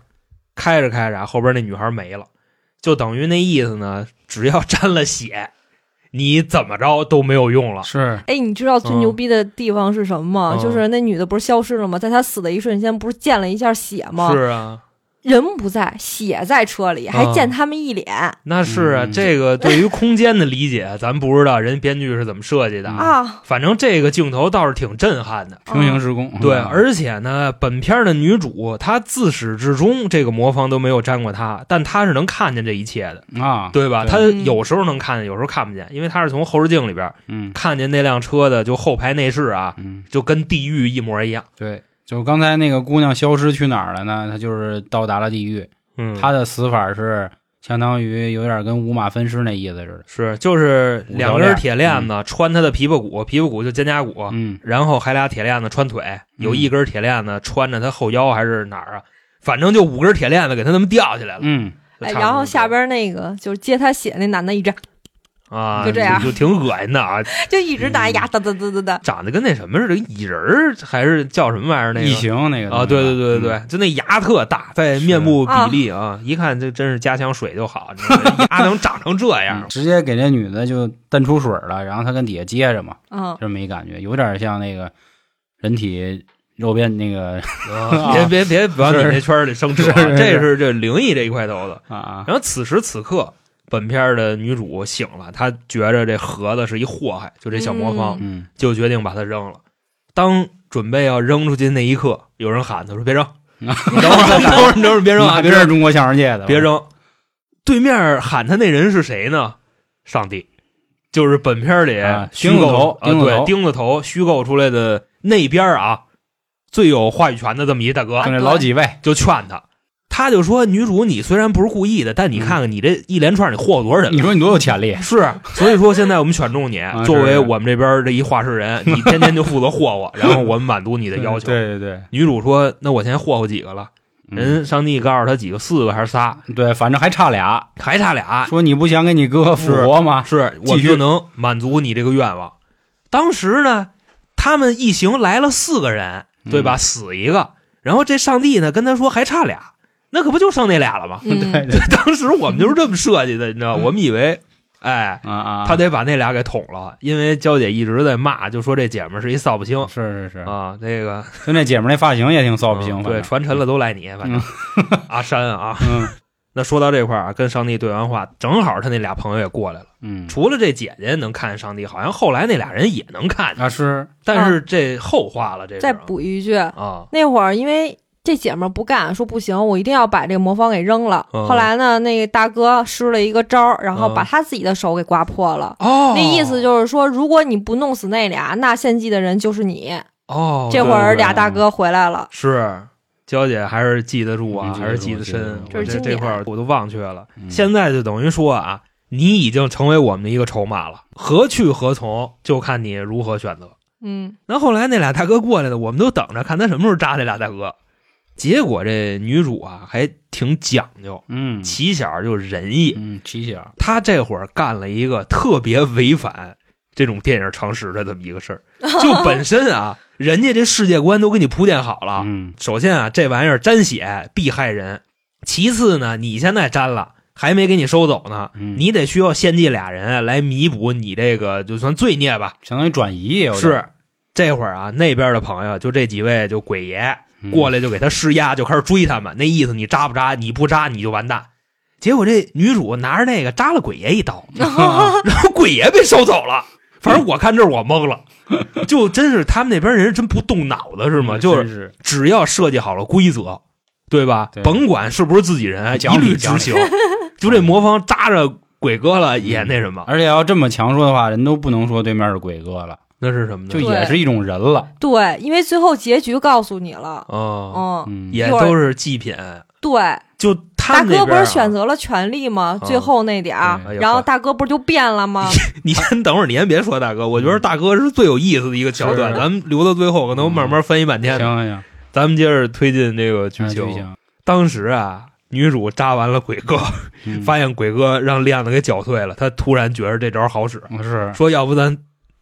C: 开着开着啊，后边那女孩没了，就等于那意思呢，只要沾了血，你怎么着都没有用了。
A: 啊是
D: 哎，你知道最
C: 嗯
D: 牛逼的地方是什么吗？
C: 嗯
D: 就是那女的不是消失了吗？在她死的一瞬间，不是溅了一下血吗？
C: 是啊，
D: 人不在，血在车里，还
C: 嗯
D: 溅他们一脸、
C: 那是啊，
A: 嗯
C: 这个对于空间的理解，咱不知道人编剧是怎么设计的啊。
D: 啊！
C: 反正这个镜头倒是挺震撼的。
A: 平行时空，
C: 对，啊
A: 嗯
C: 而且呢，本片的女主她自始至终这个魔方都没有沾过她，但她是能看见这一切的，
A: 啊，
C: 对吧？
A: 对
C: 她
D: 嗯
C: 有时候能看见，有时候看不见，因为她是从后视镜里边
A: 嗯
C: 看见那辆车的就后排内饰啊，
A: 嗯，
C: 就跟地狱一模一样。
A: 对。就刚才那个姑娘消失去哪儿了呢？她就是到达了地狱。
C: 嗯，
A: 她的死法是相当于有点跟五马分尸那意思似的。
C: 是就是
A: 五条
C: 两根
A: 链
C: 铁链子穿她的皮巴骨，皮巴骨就肩胛骨，
A: 嗯，
C: 然后还俩铁链子穿腿，有一根铁链子穿着他后腰还是哪儿啊？反正就五根铁链子给他那么吊起来了。
A: 嗯，
C: 就差
D: 哎，
C: 不多
D: 然后下边那个就是接她血那男的，一直
C: 啊，
D: 就这样
C: 就挺恶心的啊，
D: 就一直拿牙哒哒哒哒哒，
C: 长得跟那什么似的，蚁人儿还是叫什么玩意儿那
A: 异
C: 个？
A: 形那个
C: 啊，对对对对
A: 嗯
C: 对，就那牙特大，在面部比
D: 是
C: 例啊，一看这真是加强水就好，你知道吗牙能长成这
A: 嗯
C: 样，
A: 直接给这女的就蹬出水了，然后她跟底下接着嘛，
D: 嗯，
A: 这么一感觉，有点像那个人体肉变那个
C: 啊别别别别往你
A: 是
C: 那圈儿里生扯啊，
A: 是是
C: 这是这灵异这一块头的。
A: 啊，
C: 然后此时此刻，本片儿的女主醒了，她觉着这盒子是一祸害，就这小魔方，
D: 嗯
A: 嗯
C: 就决定把它扔了。当准备要扔出去那一刻，有人喊她说：“别扔，等会儿，等会儿，等会儿，别扔啊，别
A: 这是
C: 扔，
A: 中国相声界的，
C: 别，扔。”对面喊她那人是谁呢？上帝，就是本片儿里
A: 啊
C: 虚构啊，
A: 钉子头钉子头
C: 对，钉子头虚构出来的那边儿啊，最有话语权的这么一大哥
A: 就，那老几位，
C: 就劝他，他就说：“女主，你虽然不是故意的，但你看看你这一连串，你祸害多少人
A: 嗯你
C: 了？
A: 说你多有潜力，
C: 是，所以说现在我们选中你，
A: 啊
C: 作
A: 是
C: 为
A: 是
C: 我们这边这一话事人，你天天就负责霍霍，然后我们满足你的要求。
A: 对对嗯对，”
C: 女主说：“那我先霍霍几个了？”人上帝告诉他几个，四个还是仨，
A: 嗯对，反正还差俩，
C: 还差俩，
A: 说你不想给你哥复活吗？
C: 啊是我
A: 继
C: 们
A: 续
C: 就能啊满足你这个愿望。当时呢，他们嗯一行来了四个人，对吧？死一个，然后这上帝呢跟他说还差俩，那可不就剩那俩了吗？
A: 对
D: 嗯，
A: 对
C: 当时我们就是这么设计的，你知道，
A: 嗯
C: 我们以为，哎，
A: 啊啊，
C: 他得把那俩给捅了，因为娇姐一直在骂，就说这姐们儿是一扫把星
A: 是是是，
C: 啊，这个
A: 就那姐们儿那发型也挺骚逼
C: 嗯
A: 型，
C: 对，
A: 反正
C: 传沉了都赖你，反正阿山啊。
A: 嗯
C: 那说到这块儿啊，跟上帝对完话，正好他那俩朋友也过来了。
A: 嗯，
C: 除了这姐姐能看见上帝，好像后来那俩人也能看见，
A: 啊是
C: 但是这后话了，这是
D: 再补一句，
C: 啊，
D: 那会儿因为这姐们儿不干，说不行，我一定要把这个魔方给扔了。
C: 嗯
D: 后来呢，那个大哥施了一个招儿，然后
C: 嗯
D: 把他自己的手给刮破了。
C: 哦，
D: 那意思就是说，如果你不弄死那俩，那献祭的人就是你。
C: 哦，
D: 这会
C: 对
D: 儿
C: 对对
D: 俩大哥回来了，
C: 是娇姐还是记得住啊，
A: 嗯记得住
C: 还是记得
A: 记得
C: 深
A: 住。
C: 我
D: 这是
C: 这
D: 经典
C: 这块儿我都忘却了。
A: 嗯
C: 现在就等于说啊，你已经成为我们的一个筹码了，何去何从就看你如何选择。
D: 嗯，
C: 那后来那俩大哥过来的，我们都等着看他什么时候扎那俩大哥。结果这女主啊还挺讲究，
A: 嗯
C: 起小就仁义，
A: 嗯七小
C: 她这会儿干了一个特别违反这种电影常识的这么一个事儿，就本身啊，人家这世界观都给你铺垫好了，
A: 嗯
C: 首先啊，这玩意儿沾血必害人。其次呢，你现在沾了，还没给你收走呢，
A: 嗯，
C: 你得需要献祭俩人来弥补你这个就算罪孽吧。
A: 相当于转移也有点
C: 是，这会儿啊，那边的朋友就这几位就鬼爷
A: 嗯
C: 过来就给他施压，就开始追他们。那意思你扎不扎？你不扎你就完蛋。结果这女主拿着那个扎了鬼爷一刀， 然后鬼爷被收走了。反正我看这儿我懵 了，就真是他们那边人真不动脑子是吗？
A: 嗯
C: 就是
A: 真是
C: 只要设计好了规则，对吧？
A: 对
C: 甭管是不是自己人，哎
A: 讲
C: 一
A: 理
C: 律执行。就这魔方扎着鬼哥了也那什么，
A: 而且要这么强说的话，人都不能说对面是鬼哥了，
C: 那是什么呢？
A: 就
D: 对
A: 也是一种人了。
D: 对，因为最后结局告诉你了，
C: 哦，
D: 嗯，
A: 嗯，
C: 也都是祭品。
D: 对，
C: 就他
D: 大
C: 们那
D: 哥不
C: 边啊
D: 是选择了权力吗？
C: 嗯哎
D: 最后那点儿，
A: 对
D: 然后大哥不是就变 了吗？
C: 你先等会儿，你先别说大哥，我觉得大哥是最有意思的一个桥段，
A: 是
C: 咱们留到最后，可能慢慢翻一半天
A: 行
C: 呢。
A: 行
C: 咱们接着推进这个啊剧
A: 行，
C: 情。
A: 行
C: 当时啊，女主扎完了鬼哥，
A: 嗯
C: 发现鬼哥让链子给绞碎了，她突然觉得这招好使，
A: 是
C: 说要不咱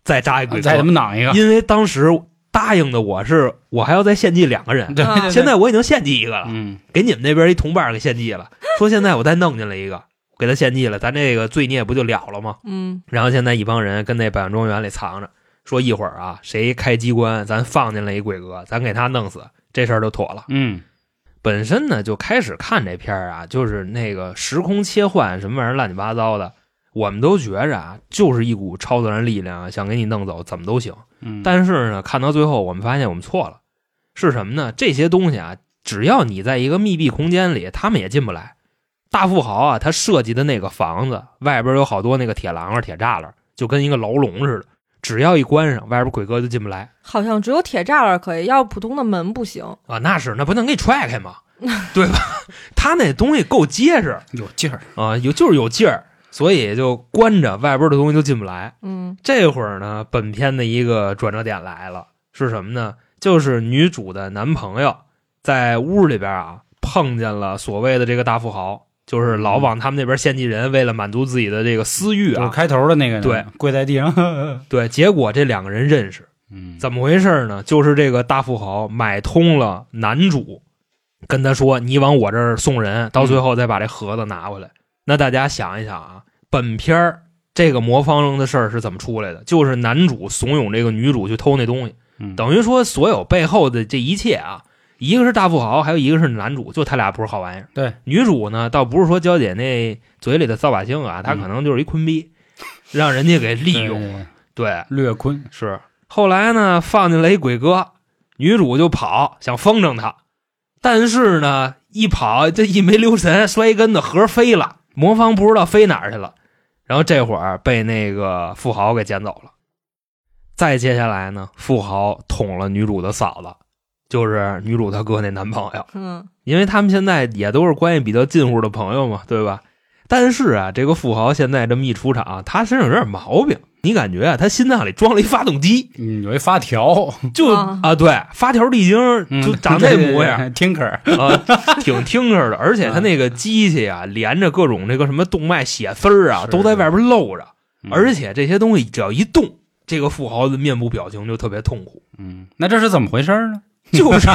C: 再扎一鬼哥
A: 啊再他妈挡一 个，
C: 因为当时答应的我是我还要再献祭两个人，
A: 对
D: 啊
A: 对对
C: 现在我已经献祭一个了，
A: 嗯
C: 给你们那边一同伴给献祭了，说现在我再弄进来一个，给他献祭了，咱这个罪孽不就了了吗？
D: 嗯，
C: 然后现在一帮人跟那百万庄园里藏着，说一会儿啊，谁开机关，咱放进来一鬼哥，咱给他弄死，这事儿就妥了。
A: 嗯
C: 本身呢，就开始看这片儿啊，就是那个时空切换什么玩意儿乱七八糟的，我们都觉着啊，就是一股超自然力量啊想给你弄走，怎么都行。
A: 嗯，
C: 但是呢，看到最后，我们发现我们错了，是什么呢？这些东西啊，只要你在一个密闭空间里，他们也进不来。大富豪啊，他设计的那个房子外边有好多那个铁栏杆、铁栅栏，就跟一个牢笼似的，只要一关上，外边鬼哥就进不来
D: 好像只有铁栅栏可以，要是普通的门不行。
C: 啊。那是，那不能给你踹开吗？对吧？他那东西够结实
A: 有劲儿，
C: 啊，有就是有劲儿，所以就关着外边的东西就进不来。
D: 嗯
C: 这会儿呢，本片的一个转折点来了，是什么呢？就是女主的男朋友在屋里边啊，碰见了所谓的这个大富豪，就是老往他们那边献祭人，为了满足自己的这个私欲
A: 嗯就是
C: 啊。
A: 开头的那个人
C: 对，
A: 跪在地上，呵呵
C: 对，结果这两个人认识，
A: 嗯，
C: 怎么回事呢？就是这个大富豪买通了男主，跟他说：“你往我这儿送人，到最后再把这盒子拿回来。那大家想一想啊，本片儿这个魔方的事儿是怎么出来的？就是男主怂恿这个女主去偷那东西，
A: 嗯
C: 等于说所有背后的这一切啊。一个是大富豪，还有一个是男主，就他俩不是好玩意儿。
A: 对，
C: 女主呢，倒不是说娇姐那嘴里的扫把星啊，她可能就是一坤逼，让人家给利
A: 对
C: 用了。
A: 对对
C: 对，
A: 略坤，
C: 是。后来呢，放进来一鬼哥，女主就跑，想风筝他，但是呢，一跑这一没留神，摔一跟头，盒飞了，魔方不知道飞哪儿去了。然后这会儿被那个富豪给捡走了。再接下来呢，富豪捅了女主的嫂子，就是女主她哥那男朋友。
D: 嗯，
C: 因为他们现在也都是关系比较近乎的朋友嘛，对吧？但是啊，这个富豪现在这么一出场，啊他身上有点毛病，你感觉啊，他心脏里装了一发动机，
A: 嗯，有一发条，
C: 就
D: 啊
C: 啊，对，发条地精
A: 嗯
C: 就长那模，样
A: 对对对嗯听口儿，
C: 啊，挺听着的。而且他那个机器啊，连着各种这个什么动脉血丝儿啊，
A: 是
C: 都在外边露着，
A: 嗯
C: 而且这些东西只要一动，这个富豪的面部表情就特别痛苦。
A: 嗯，那这是怎么回事呢？
C: 就是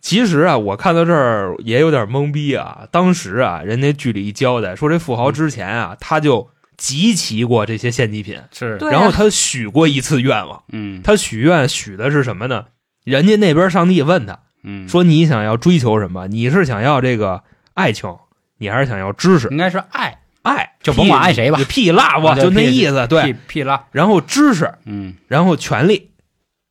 C: 其实啊，我看到这儿也有点懵逼啊。当时啊，人家剧里一交代说，这富豪之前啊，他就集齐过这些献祭品，
A: 是
D: 对啊
C: 然后他许过一次愿望。
A: 嗯
C: 他许愿许的是什么呢？人家那边上帝问他
A: 嗯，
C: 说：“你想要追求什么？你是想要这个爱情，你还是想要知识？
A: 应该是嗯爱
C: 爱
A: 就甭管爱谁吧
C: 屁屁 love
A: 啊对
C: 就那
A: 屁
C: 意思。
A: 屁
C: 对，
A: 屁拉，
C: 然后知识，
A: 嗯
C: 然后权力，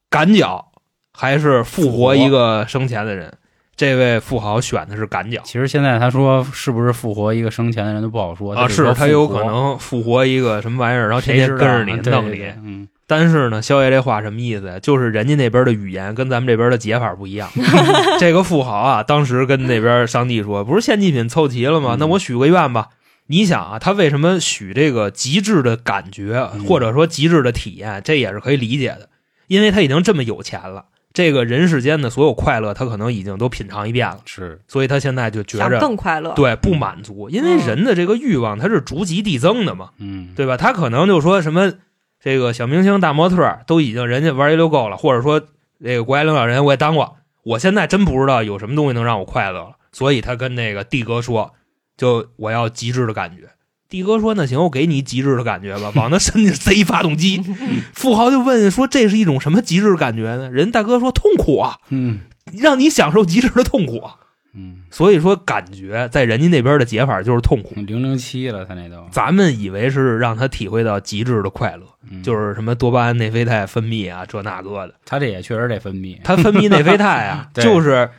C: 赶脚还是复活一个生前的人？这位富豪选的是赶脚。”
A: 其实现在他说是不是复活一个生前的人都不好说
C: 啊，
A: 只说
C: 是他有
A: 复活
C: 可能复活一个什么玩意儿，然后天
A: 谁
C: 天
A: 知道
C: 跟着你
A: 啊对
C: 弄
A: 对对
C: 你。
A: 嗯，
C: 但是呢，肖爷这话什么意思呀？就是人家那边的语言跟咱们这边的解法不一 样。这个富豪啊，当时跟那边上帝说：“不是献祭品凑齐了吗？
A: 嗯
C: 那我许个愿吧。”你想啊，他为什么许这个极致的感觉，
A: 嗯
C: 或者说极致的体验，这也是可以理解的，因为他已经这么有钱了，这个人世间的所有快乐，他可能已经都品尝一遍了，
A: 是
C: 所以他现在就觉
D: 想
C: 着
D: 更快乐，
C: 对不满足，因为
D: 嗯
C: 人的这个欲望它是逐级递增的嘛。
A: 嗯
C: 对吧？他可能就说什么这个小明星、大模特儿都已经人家玩一溜够了，或者说这个国家领导人我也当过，我现在真不知道有什么东西能让我快乐了，所以他跟那个帝哥说，就我要极致的感觉。帝哥说：“那行，我给你极致的感觉吧，往他身上塞一发动机。”富豪就问说：“这是一种什么极致感觉呢？”人大哥说：“痛苦啊，
A: 嗯
C: 让你享受极致的痛苦啊。
A: 嗯”，
C: 所以说，感觉在人家那边的解法就是痛苦，
A: 零零七了，他那都
C: 咱们以为是让他体会到极致的快乐，
A: 嗯
C: 就是什么多巴胺、内啡肽分泌啊，这那个的。
A: 他这也确实得分泌，，
C: 它分泌内啡肽啊
A: 对
C: 就是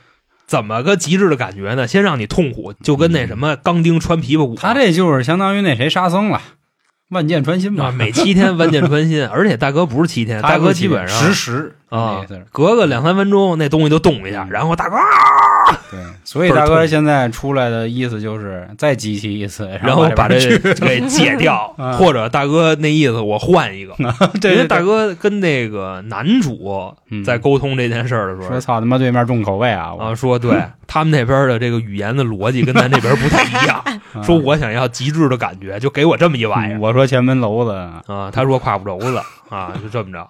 C: 怎么个极致的感觉呢？先让你痛苦，就跟那什么钢钉穿琵琶骨，
A: 嗯他这就是相当于那谁沙僧了，万箭穿心
C: 啊
A: 吧，
C: 每七天万箭 穿心，而且大哥不是七天，大哥基本
A: 实
C: 上
A: 时
C: 啊
A: 那个字儿，
C: 隔个两三分钟那东西就动一下，
A: 嗯
C: 然后大哥啊，
A: 对，所以大哥现在出来的意思就是再集齐一次，
C: 然后把
A: 这
C: 这 给 戒掉
A: 啊，
C: 或者大哥那意思我 换一个，因为
A: 这
C: 大哥跟那个男主在沟通这件事儿的时
A: 嗯
C: 候
A: 说。操他妈对面重口味啊，
C: 啊，
A: 我
C: 说对他们那边的这个语言的逻辑跟咱这边不太一样，说我想要极致的感觉，就给我这么一玩意
A: 嗯
C: 儿
A: 我说前门楼子，
C: 啊。他说胯不轴子啊，就这么着。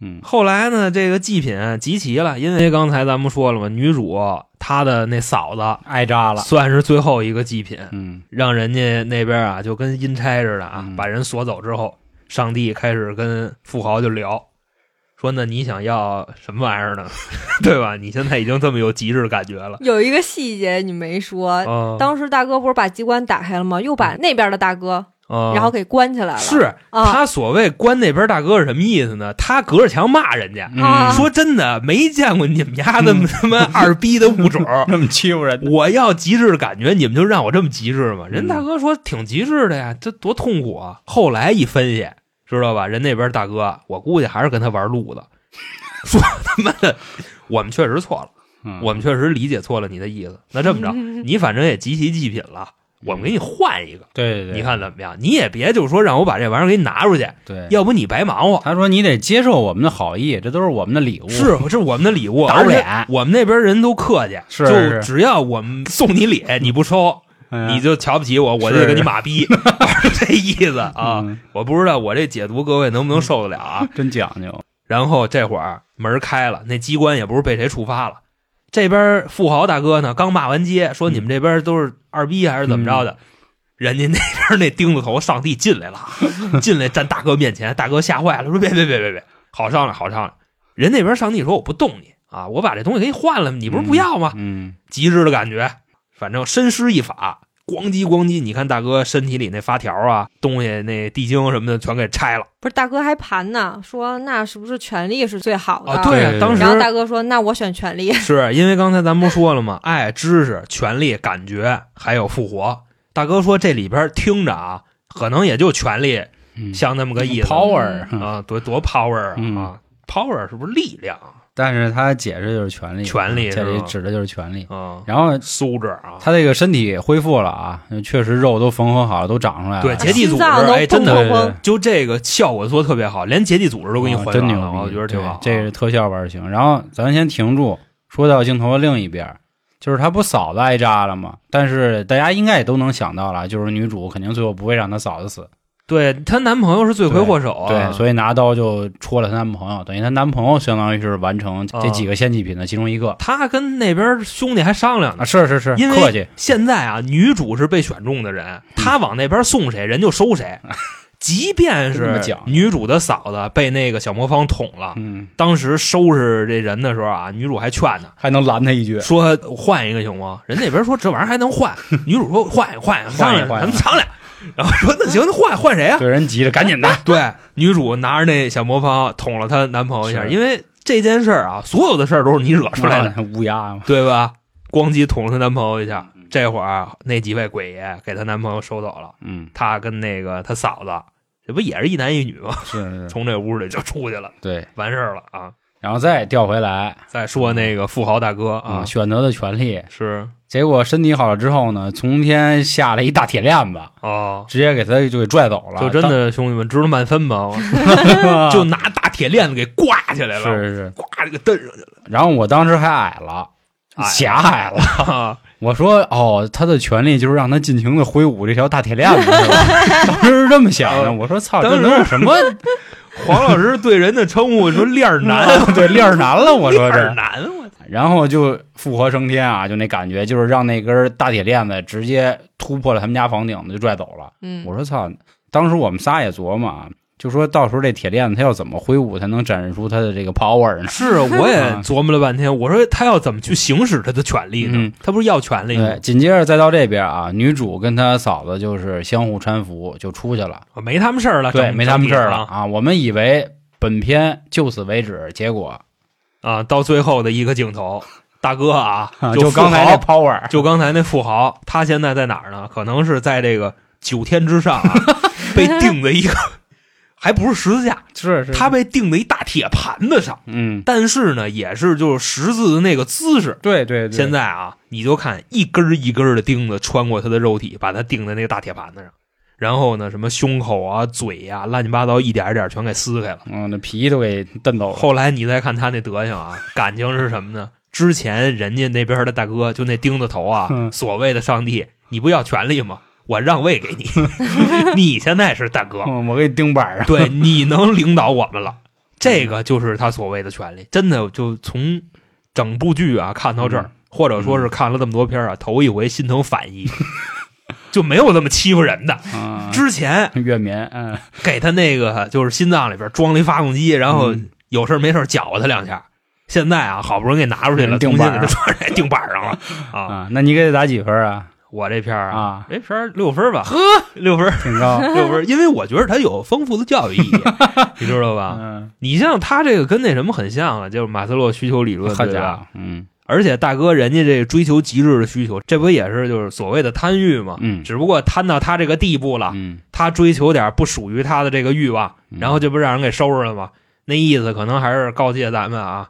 A: 嗯
C: 后来呢，这个祭品集齐了，因为刚才咱们说了嘛，女主她的那嫂子
A: 挨扎了，
C: 算是最后一个祭品，
A: 嗯
C: 让人家那边啊就跟阴差似的啊，
A: 嗯
C: 把人锁走之后，上帝开始跟富豪就聊，说那你想要什么玩意儿呢？ 对吧？你现在已经这么有极致的感觉了。
D: 有一个细节你没说，
C: 啊，
D: 呃当时大哥不是把机关打开了吗？又把那边的大哥，
C: 啊
D: 然后给关起来了。
C: 是
D: 啊
C: 他所谓关那边大哥是什么意思呢？他隔着墙骂人家，
A: 嗯
D: 啊
C: 嗯
D: 嗯
C: 说真的没见过你们家那么他妈二逼的物种。
A: 那么欺负人，
C: 我要极致的感觉，你们就让我这么极致吗？
A: 嗯
C: 人大哥说挺极致的呀，这多痛苦啊！后来一分析，知道吧？人那边大哥，我估计还是跟他玩路子，说他妈的，我们确实错了，
A: 嗯
C: 我们确实理解错了你的意思。那这么着，
D: 嗯
C: 你反正也集齐祭品了，我们给你换一个，
A: 对对对，
C: 你看怎么样？你也别就说让我把这玩意儿给你拿出去，
A: 对，哎
C: 要不你白忙活。
A: 他说你得接受我们的好意，这都是我们的礼物，
C: 是，这是我们的礼物，
A: 打
C: 而且
A: 脸
C: 我们那边人都客气，
A: 是
C: 就是只要我们送你礼，你不收，
A: 哎呀
C: 你就瞧不起我，我就给你 马 逼，这意思啊！
A: 嗯
C: 我不知道我这解读各位能不能受得了啊？
A: 真讲究，
C: 然后这会儿门开了，那机关也不是被谁触发了。这边富豪大哥呢，刚骂完街，说你们这边都是二逼还是怎么着的？人家那边那钉子头上帝进来了， 进来站大哥面前，大哥吓坏了，说别别别别别，好商量好商量。人那边上帝说我不动你啊，我把这东西给你换了，你不是不要吗？
A: 嗯
C: 极致的感觉，反正深施一法，咣叽咣叽，你看大哥身体里那发条啊，东西那地精什么的全给拆了
D: 不是大哥还盘呢，说那是不是权力是最好的？
C: 啊！
A: 对
C: 啊，当时
D: 然后大哥说：“那我选权力。
C: 是因为刚才咱不说 了吗？爱、知识、权力、感觉，还有复活。大哥说这里边听着啊，可能也就权力
A: 嗯
C: 像那么个意思
A: power，嗯
C: 啊，多多 power 啊、
A: 嗯
C: 啊，power 是不是力量啊
A: 但是他解释就是权利，
C: 权利
A: 这
C: 是
A: 里
C: 吧
A: 指的就是权利。
C: 啊？
A: 然后
C: 素质啊，
A: 他这个身体恢复了啊，确实肉都缝合好了，都长出来了。啊
C: 对，
A: 对
C: 结缔组织，
D: 嗯啊心脏都
C: 哎，真
A: 对
C: 的
D: 砰
A: 对
D: 砰砰
A: 对
C: 就这个效果做得特别好，连结缔组织都给你
A: 哦
C: 还
A: 真
C: 原
A: 牛
C: 了，
A: 逼，
C: 我觉得挺
A: 对
C: 好啊。
A: 这是特效玩儿行。然后咱先停住，说到镜头的另一边儿，就是他不嫂子挨扎了吗？但是大家应该也都能想到了，就是女主肯定最后不会让他嫂子死，
C: 对她男朋友是罪魁祸首啊，
A: 对，所以拿刀就戳了她男朋友，等于她男朋友相当于是完成
C: 啊
A: 这几个献祭品的其中一个
C: 她跟那边兄弟还商量呢
A: 啊，，是是是，
C: 因
A: 客气嗯
C: 为，现在啊，女主是被选中的人，她往那边送谁，人就 收谁。即便
A: 这么
C: 是
A: 讲
C: 女主的嫂子被那个小魔方捅了，
A: 嗯，
C: 当时收拾这人的时候啊，女主还劝呢，
A: 还能拦他一句，
C: 说换一个行吗？人那边说这玩意儿还 能换，女主说换一个换一个，商量
A: 换一个
C: 咱们商 量。然后说那行，那换换谁啊？
A: 对人急了，赶紧的，
C: 对，女主拿着那小魔方捅了她男朋友一下，
A: 是
C: 因为这件事儿啊，所有的事儿都是你惹 出来的，
A: 乌鸦嘛，
C: 对吧？咣叽捅了她男朋友一下，
A: 嗯
C: 这会儿啊那几位鬼爷给她男朋友收走了，
A: 嗯，
C: 她跟那个她嫂子，这不也是一男一女吗？
A: 是是，是
C: 从这屋里就出去了，
A: 对，
C: 完事儿了啊！
A: 然后再调回来
C: 再说那个富豪大哥啊，
A: 啊，选择的权利。
C: 是
A: 结果身体好了之后呢，从天下来一大铁链子，
C: 哦，
A: 直接给他就给拽走了，
C: 就真的兄弟们知道满 分吗？
A: 当
C: 就拿大铁链子给挂起来了，
A: 啊是是是。
C: 挂这个蹬上去
A: 然后我当时还矮了，
C: 矮了
A: 狭隘了。
C: 了。
A: 我说哦，他的权利就是让他尽情的挥舞这条大铁链子， 是吧当时是这么想的。我说操，
C: 哦当
A: 啊这
C: 时
A: 能有什么
C: 黄老师对人的称呼说“链儿男”，
A: 对链儿难了？ 我
C: 链
A: 说
C: 儿
A: 这，
C: 男，我操！
A: 然后就复活升天啊，就那感觉，就是让那根大铁链子直接突破了他们家房顶子，就拽走了。
D: 嗯，
A: 我说操，当时我们仨也琢磨啊，就说到时候这铁链子它要怎么挥舞才能展示出它的这个 power 呢？
C: 是，我也
A: 啊
C: 琢磨了半天，我说他要怎么去行使他的权利呢
A: 嗯？
C: 他不是要权利吗
A: 对，？紧接着再到这边啊，女主跟她嫂子就是相互搀扶就出去了，
C: 没他们事儿了，
A: 对，
C: 啊整
A: 没他们事儿了
C: 整体
A: 啊。我们以为本片就此为止，结果
C: 啊啊！到最后的一个镜头，大哥啊，
A: 啊
C: 就
A: 就刚才
C: 富豪
A: 那 power，
C: 就刚才那富豪，他现在在哪儿呢？可能是在这个九天之上啊，被钉在一个，还不是十字架，
A: 是是
C: 他被钉在一大铁盘子上。
A: 嗯，
C: 但是呢，也是就是十字的那个姿势。
A: 对对对，
C: 现在啊，你就看一根儿一根儿的钉子穿过他的肉体，把他钉在那个大铁盘子上。然后呢，什么胸口啊、嘴呀、乱七八糟，一点一点全给撕开了。
A: 嗯，那皮都给蹬走了，
C: 后来你再看他那德行啊，感情是什么呢？之前人家那边的大哥就那钉子头啊，
A: 嗯
C: 所谓的上帝，你不要权利吗？我让位给你， 你现在是大哥，
A: 嗯，我给你钉 板上，
C: 对，你能领导我
A: 嗯
C: 们了，这个就是他所谓的权利。真的，就从整部剧啊看到这儿，
A: 嗯
C: 或者说是看了这么多片儿啊，头一回心疼 反义，就没有这么欺负人的。
A: 嗯，
C: 之前
A: 月眠，嗯，
C: 给他那个就是心脏里边装了一发动机，然后
A: 嗯
C: 有事儿没事儿搅和他两下。现在啊，好不容易给拿出去了，
A: 钉
C: 重新
A: 嗯板
C: 给
A: 儿
C: 他穿上，钉板儿上了 啊！
A: 啊，那你给他打几分啊？
C: 我这片儿啊，
A: 啊，
C: 这片儿六分儿吧，呵， 六分儿，
A: 挺高，
C: 六分儿，因为我觉得它有丰富的教育意 义，你知道吧？
A: 嗯，
C: 你像他这个跟那什么很像啊，就是马斯洛需求理论，
A: 好
C: 对
A: 家
C: 吧？
A: 伙，嗯
C: 而且大哥人家这追求极致的需求，这不也是就是所谓的贪欲吗？
A: 嗯
C: 只不过贪到他这个地步了，
A: 嗯，
C: 他追求点不属于他的这个欲望，
A: 嗯
C: 然后这不让人给收拾了吗？那意思可能还是告诫咱们啊，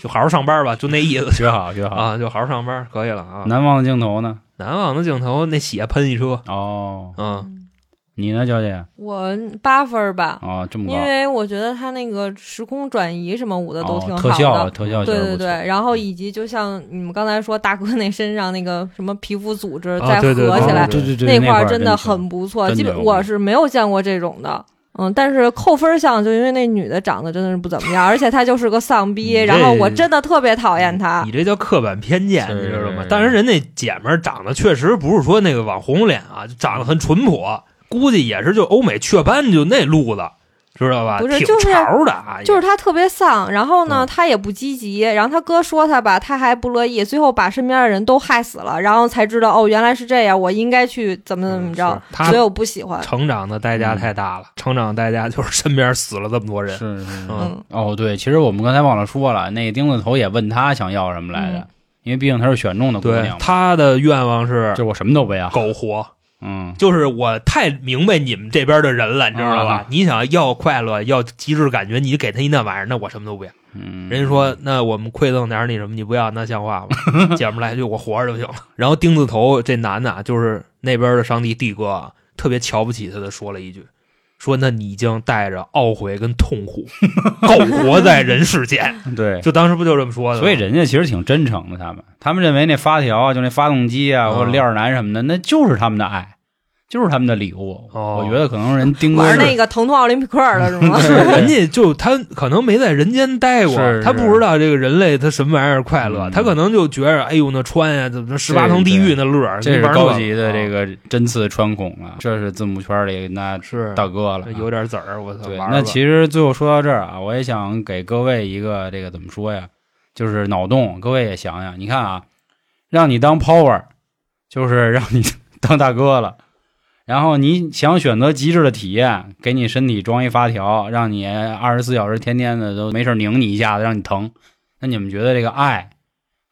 C: 就好好上班吧，就那意思
A: 学好学好。
C: 啊，就好好上班，可以了啊。
A: 难忘的镜头呢？
C: 难忘的镜头，那血喷一车，
A: 哦，
C: 嗯，
A: 你呢，娇姐？
D: 我八分儿吧，
A: 哦，
C: 嗯
A: 这么
D: 因
A: 高，
D: 为我觉得他那个时空转移什么舞的都挺
A: 哦，
D: 好的，
A: 特效特效确
D: 对
A: 实
D: 对
A: 不错
D: 对，然
C: 嗯
D: 后以及就像你们刚才说，大哥那身上那个什么皮肤组织
C: 啊
D: 再合
C: 对对对
D: 起来
A: 哦，对对对，
D: 块
A: 块
D: 儿真
A: 的
D: 的很不错，
A: 真
D: 基
A: 牛
D: 本我是没有见过这种的。嗯，但是扣分项就因为那女的长得真的是不怎么样，而且她就是个丧逼，
C: 你这
D: 然后我真的特别讨厌她
C: 嗯你。这叫刻板偏见，
A: 是
C: 你知道吗
A: 是？
C: 当然，人那姐们儿长得确实不是说那个网红脸啊，就长得很淳朴，估计也是就欧美雀斑就那路子，知道吧？
D: 不是
C: 挺
D: 就是
C: 潮的啊，
D: 就是
C: 也
D: 她特别丧，然后呢，
A: 嗯
D: 她也不积极，然后她哥说她吧，她还不乐意，最后把身边的人都害死了，然后才知道哦，原来是这样，我应该去怎么怎么着，
C: 嗯是她
D: 所以我不喜欢。
C: 成长的代价太大了，成长的代价就是身边死了这么多人。
A: 嗯是是。
C: 嗯
D: 嗯，
A: 哦，对，其实我们刚才忘了说了，那个钉子头也问他想要什么来的
D: 嗯，
A: 因为毕竟她是选中的姑
C: 对
A: 娘，嘛，
C: 他的愿望是
A: 就我什么都不 要。
C: 苟活，
A: 嗯，
C: 就是我太明白你们这边的人了，你知道吧
A: 啊？
C: 你想要快乐，要极致感觉，你给他一那玩意儿，那我什么都不要。
A: 嗯
C: 人家说，那我们馈赠点儿你什么，你不要，那像话 吗？姐们儿来一句，我活着就行了。然后钉子头这男的啊，就是那边的上帝帝哥啊，特别瞧不起他的，说了一句，说那你已经带着懊悔跟 痛苦，苟活在人世间。
A: 对，
C: 就当时不就这么说的吗？
A: 所以人家其实挺真诚的，他们他们认为那发条啊，就那发动机啊，
C: 嗯
A: 或者链儿男什么的，那就是他们的爱，就是他们的礼物。
C: 哦
A: 我觉得可能人丁哥
D: 玩那
A: 是
D: 个疼痛奥林匹克了是吗？
C: 是人家就他可能没在人间待过
A: 是，
C: 他
A: 是
C: 不知道这个人类他什么玩意儿快乐，
A: 嗯
C: 他可能就觉着哎呦那穿呀，怎么十八
A: 对
C: 层地狱那乐儿，
A: 这是
C: 玩儿
A: 高
C: 乐
A: 级的这
C: 啊
A: 个针刺穿孔了，这是字幕圈里那
C: 是
A: 大哥了
C: 这
A: 啊。
C: 有点籽儿，我操，
A: 对，
C: 玩儿
A: 那
C: 吧
A: 其实最后说到这儿啊，我也想给各位一个这个怎么说呀，就是脑洞，各位也想想，你看啊，让你当 power，就是让你 当大哥了，然后你想选择极致的体验，给你身体装一发条，让你二十四小时天天的都没事儿拧你一下子，让你疼。那你们觉得这个爱、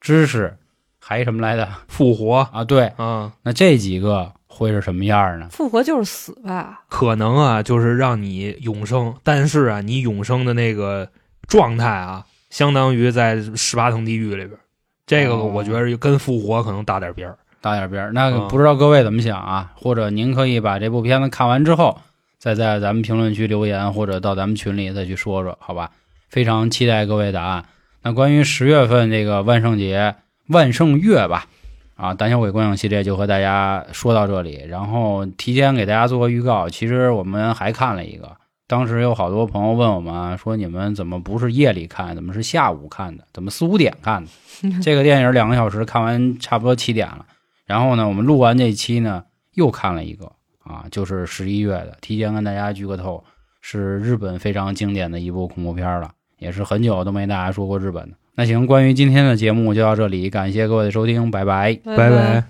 A: 知识还有什么来的
C: 复活
A: 啊？对，
C: 啊，
A: 那这几个会是什么样儿呢？
D: 复活就是死吧？
C: 可能啊就是让你永生，但是啊你永生的那个状态啊，相当于在十八层地狱里边儿，这个
A: 哦
C: 我觉得跟复活可能搭点边儿。
A: 搭点边儿。那个
C: 嗯
A: 不知道各位怎么想啊？或者您可以把这部片子看完之后，再在咱们评论区留言，或者到咱们群里再去说说，好吧？非常期待各位答案。那关于十月份这个万圣节、万圣月吧，啊，胆小鬼观影系列就和大家说到这里。然后提前给大家做个预告，其实我们还看了一个，当时有好多朋友问我们啊说，你们怎么不是夜里看，怎么是下午看的？怎么四五点看的？ 这个电影两个小时，看完差不多七点了。然后呢，我们录完这一期呢，又看了一个啊，就是十一月的，提前跟大家剧个透，是日本非常经典的一部恐怖片了，也是很久都没大家说过日本的。那行，关于今天的节目就到这里，感谢各位的收听，拜拜。
C: 拜
D: 拜。